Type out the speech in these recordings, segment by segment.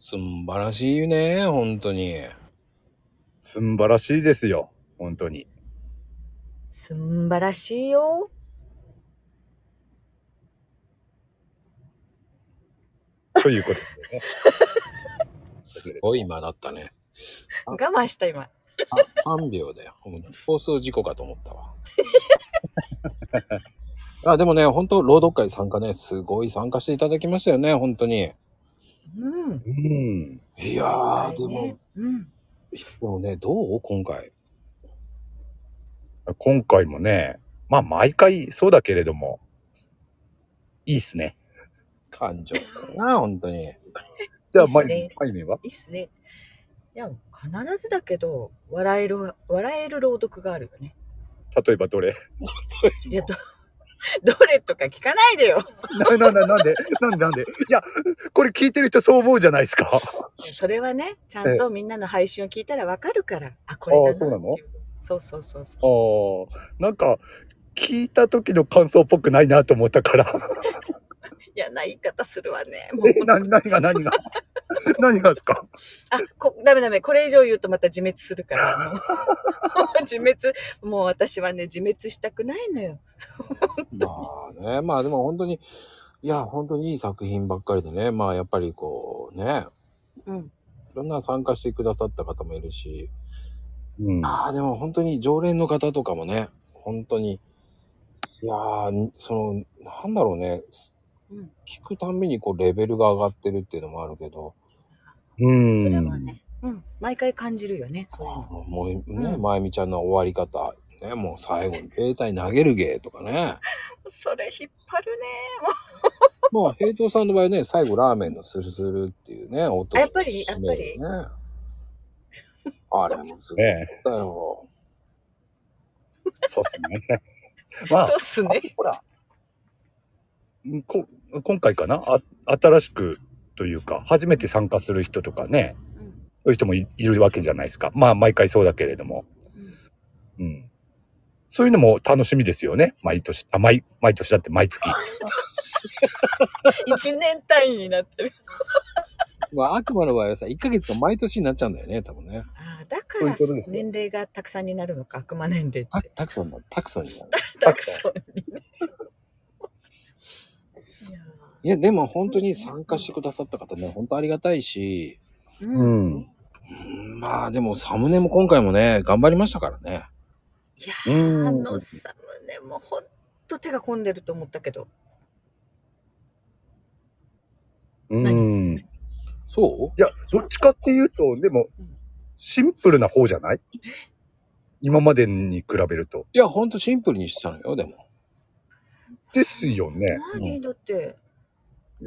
すんばらしいね、本当に。すんばらしいですよ。本当に。すんばらしいよ。ということでね。すごい間だったね。あ我慢した今。あ、3秒だよ。もう放送事故かと思った わ。あでもね、本当朗読会参加ね、すごい参加していただきましたよね、本当に。うん。うん。いやー、ではいもね、うん。でもね、どう今回。今回もね、まあ毎回そうだけれども、いいっすね。感情だな、本当に。じゃあ、いいっす毎ね回目はいいっすね。いや、必ずだけど、笑える、笑える朗読があるよね。例えばどれ いや、ど、 どれとか聞かないでよ。な、な、な、なんでなんでなんでいや、これ聞いてる人そう思うじゃないですか。それはね、ちゃんとみんなの配信を聞いたらわかるから、あ、これだなあそうなのっていそうそうそうそう。あーなんか、聞いた時の感想っぽくないなと思ったから。 いや、な言い方するわね。もうえ、な、何が何が何がですかあ、こ、ダメダメ。これ以上言うとまた自滅するから。もう 自滅、もう私はね、自滅したくないのよ。まあね、まあでも本当に、いや、本当にいい作品ばっかりでね、まあやっぱりこうね、うん。いろんな参加してくださった方もいるし、うん。ああ、でも本当に常連の方とかもね、本当に、いやー、その、なんだろうね、うん。聞くたんびにこうレベルが上がってるっていうのもあるけど、うん。それはね、うん。毎回感じるよね。そういうのあーもうね、うんまゆみちゃんの終わり方、ね、もう最後に携帯投げる芸とかね。それ引っ張るね。もまあ、平等さんの場合ね、最後ラーメンのスルスルっていうね、音あやっぱり締める ね。あれもすごいねだよ。そうっす ね。まう、あそう、っすね。ほら、んこ今回かなあ新しくというか、初めて参加する人とかね、うんそういう人もいいるわけじゃないですか。まあ、毎回そうだけれども。うんうん。そういうのも楽しみですよね。毎年、あ、毎、毎年だって毎月。一年単位になってる。まあ、悪魔の場合はさ、1ヶ月が毎年になっちゃうんだよね、多分ね。あーだかそういらうことですね年齢がたくさんになるのか、悪魔年齢ったて。たくさんだ、たくさんになる。たくさんにね。いやいや、でも本当に参加してくださった方ね、本当ありがたいし、ーううんん。うんまあでもサムネも今回もね、頑張りましたからね。いやうんー、あのサムネもほんと手が込んでると思ったけど。うん。いそや、どっちかっていうと、でもうん、シンプルな方じゃない今までに比べると。ういや、ほんとシンプルにしてたのよ、でも。ですよね。何だって、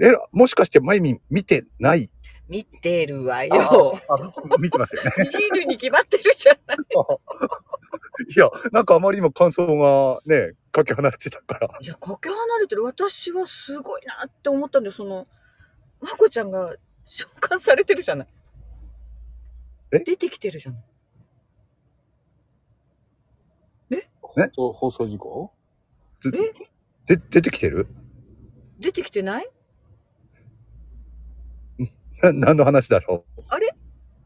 えら、もしかして、まゆみん見てない見てるわよ。あ、見てますよね。見えるに決まってるじゃ ない。いや、なんかあまり今感想がね、かけ離れてたから。いや、かけ離れてる。私はすごいなって思ったんで、その、まこちゃんが召喚されてるじゃない。え出てきてるじゃない。ねそう放送事故で、出てきてる出てきてないな何の話だろあれ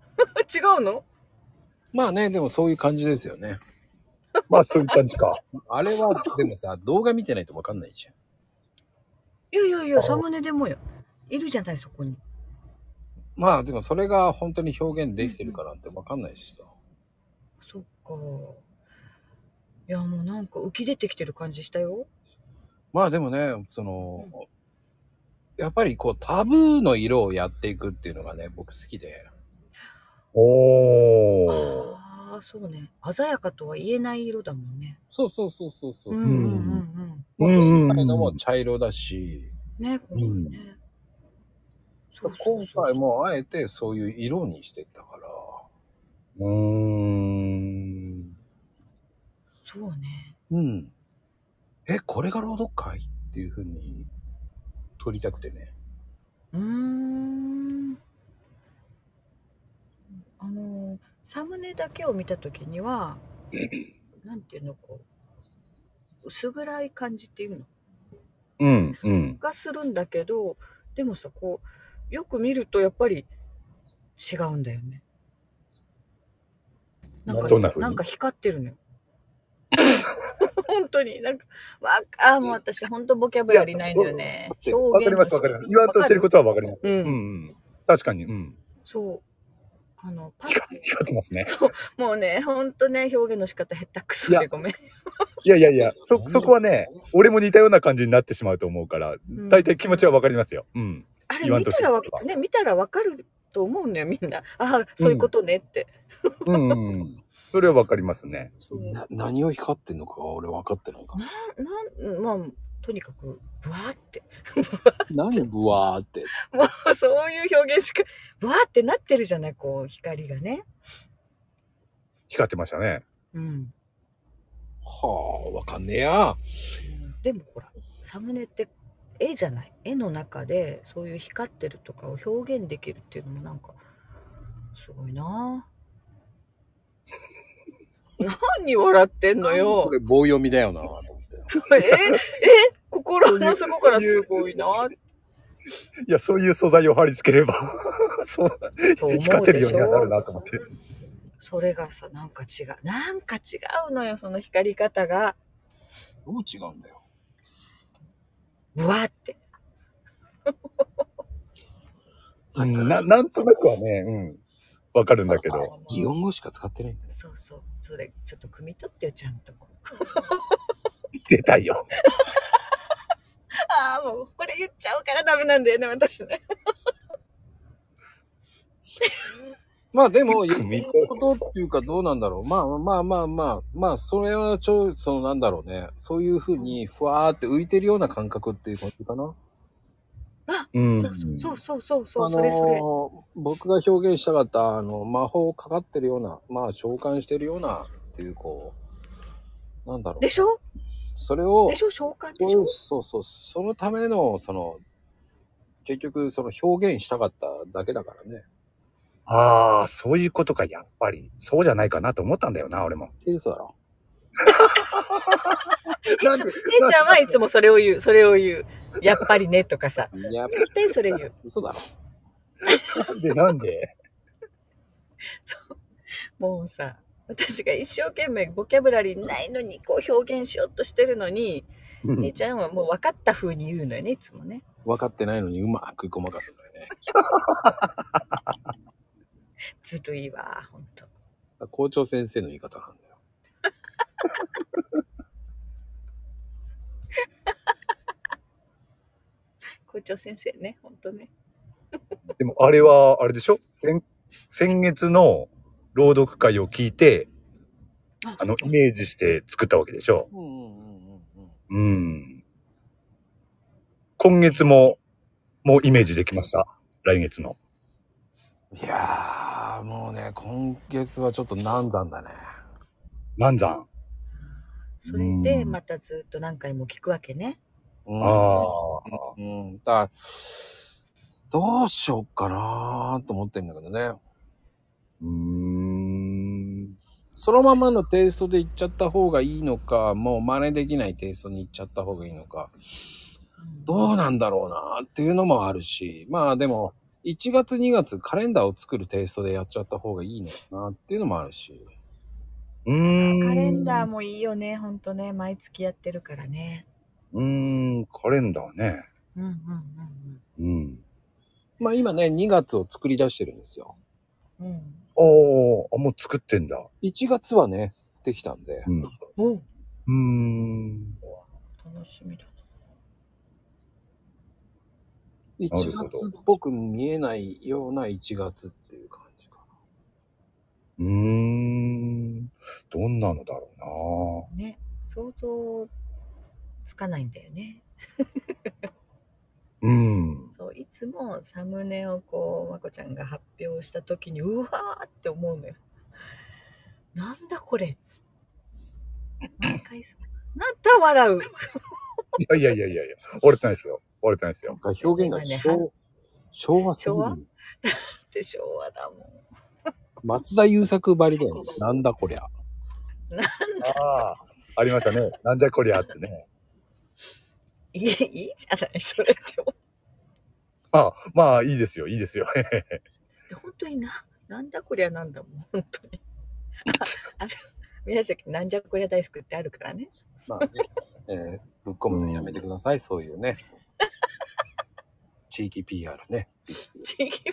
違うのまあね、でもそういう感じですよね。う。まあ、そういう感じ か。あれ は、でもさ、動画見てないとわかんないじゃん。いやいやいや、サムネでもよ。いるじゃない、そこに。まあでもそれが本当に表現できてるからってわかんないしさ。そっか。いや、もうなんか浮き出てきてる感じしたよ。まあでもね、その、やっぱりこうタブーの色をやっていくっていうのがね、僕好きで。おー。ああ、そうね。鮮やかとは言えない色だもんね。そうそうそうそうそうう。んうんうんまあうんうんうん今回のも茶色だし、うん。ね、こうんうね。そうそうそ今回う。もあえてそういう色にしてったから。うーん。そうね。うん。え、これが朗読会っていうふうに撮りたくてね。うーん。あのー、サムネだけを見たとき には、なんていうの、こう、薄暗い感じっていうのうん、うん。がするんだけど、でもさ、こう、よく見るとやっぱり違うんだよね。なんか、どんな風になんか光ってるのよ。 本当に、なんか、わあー、もう私、本当ボキャブラリーないんだよね。わかります、わかります。言わんとしてることはわかります。と。ううんん。うん。確かに、うん。そう。あの、パ光って光ってますね。 もうね、ほんとね、表現の仕方下手くそでごめん。いやいやいや、 そ、そこはね、俺も似たような感じになってしまうと思うから、ん大体気持ちはわかりますよ。うん。あれ言わん見としたてるらわことはね、見たらわかると思うんだよ、みんな。ああ、そういうことねって。うん、うんうん。それはわかりますね。そうなな何を光ってんのかは俺分かってないから。なん、まあ、とにかく、ぶわって。何ブワーって。もうそういう表現しか、ぶわってなってるじゃない、こう、光がね。光ってましたね。うん。はあ、わかんねえや。でもほら、サムネって絵じゃない。絵の中で、そういう光ってるとかを表現できるっていうのもなんか、すごい なぁ。何笑ってんのよ。それ棒読みだよな、と思って。ええ心の底からすごいなうんいや、そういう素材を貼り付ければ、 そう、と思光っうてるでようしにはなるょなと思って。それがさなんか違うなんか違うのよその光り方がどう違うんだよ。ぶわってうっきんからななんとなくはね、うん。わかるんだけど。擬音語しか使ってないんだよ。そうそうそれちょっと汲み取ってよちゃんと出たいよ。ああもうこれ言っちゃうからダメなんだよね私ねまあでも、言うことっていうかどうなんだろう。まあまあまあまあ、まあ、それはちょ、そのなんだろうね。そういうふうに、ふわーって浮いてるような感覚っていう感じかな。うん。そうそうそうそうそうあそれそのれー僕が表現したかった、あの、魔法かかってるような、まあ召喚してるような、っていう、こう、なんだろうで。しょそれをで、しょ召喚でしそうょそうそう、そのための、その、結局、その表現したかっただけだからね。ああ、そういうことか、やっぱり。そうじゃないかなと思ったんだよな、 俺も。っていうそうだろ。なんで、姉ちゃんはいつもそれを言うそれを言うやっぱりねとかさいや、絶対それ言う嘘だろ。なんで、なんで。もうさ私が一生懸命ボキャブラリーないのにこう表現しようとしてるのに、うん姉ちゃんはもう分かった風に言うのよねいつもね分かってないのにうまくごまかすんだよね。ずるいわほんと校長先生の言い方なんだよ。校長先生ねほんとねでも、あれは、あれでしょ先先月の朗読会を聞いて、ああの、イメージして作ったわけでしょ。うんうんうんうん。うん。今月も、もうイメージできました。来月の。いやー、もうね、今月はちょっと難産だね。難産。それでうんまたずっと何回も聞くわけねうん、ああ。うん。だからどうしよっかなーと思ってるんだけどね。うーん。そのままのテイストでいっちゃった方がいいのか、もう真似できないテイストにいっちゃった方がいいのか、どうなんだろうなっていうのもあるし、まあでも、1月2月カレンダーを作るテイストでやっちゃった方がいいのかなっていうのもあるし。うーん。カレンダー。もいいよねほんとね毎月やってるからねうーん、カレンダーね。うんうんうん。まあ今ね、2月を作り出してるんですよ。うんうんうんおー、あ、もう作ってんだ。 1月はね、できたんでう。ん。うおうーん。楽しみだ1なるほど月っぽく見えないような1月っていう感じかうーん。どんなのだろね想像つかないんだよねうな。うん。そういつもサムネをこうまこちゃんが発表した時にうわーって思うのよ。なんだこれ毎回そうなんだ笑いうやいやいやいやいや、折れてないですよ。折れてないですよ。な。表現が今ね昭,、昭和すぎ昭和る。って昭和だもん。松田優作ばりだよね。なんだこりゃ。ああ、ありましたね。なんじゃこりゃってね。いいいいじゃないそれって思まあ、まあ、いいですよ、いいですよ。うや本当にな、なんだこりゃなんだもん、本当に。ああれ宮崎、なんじゃこりゃ大福ってあるからね。まあね、 えーぶっ込むのやめてください、そういうね。地域 PR ね。地域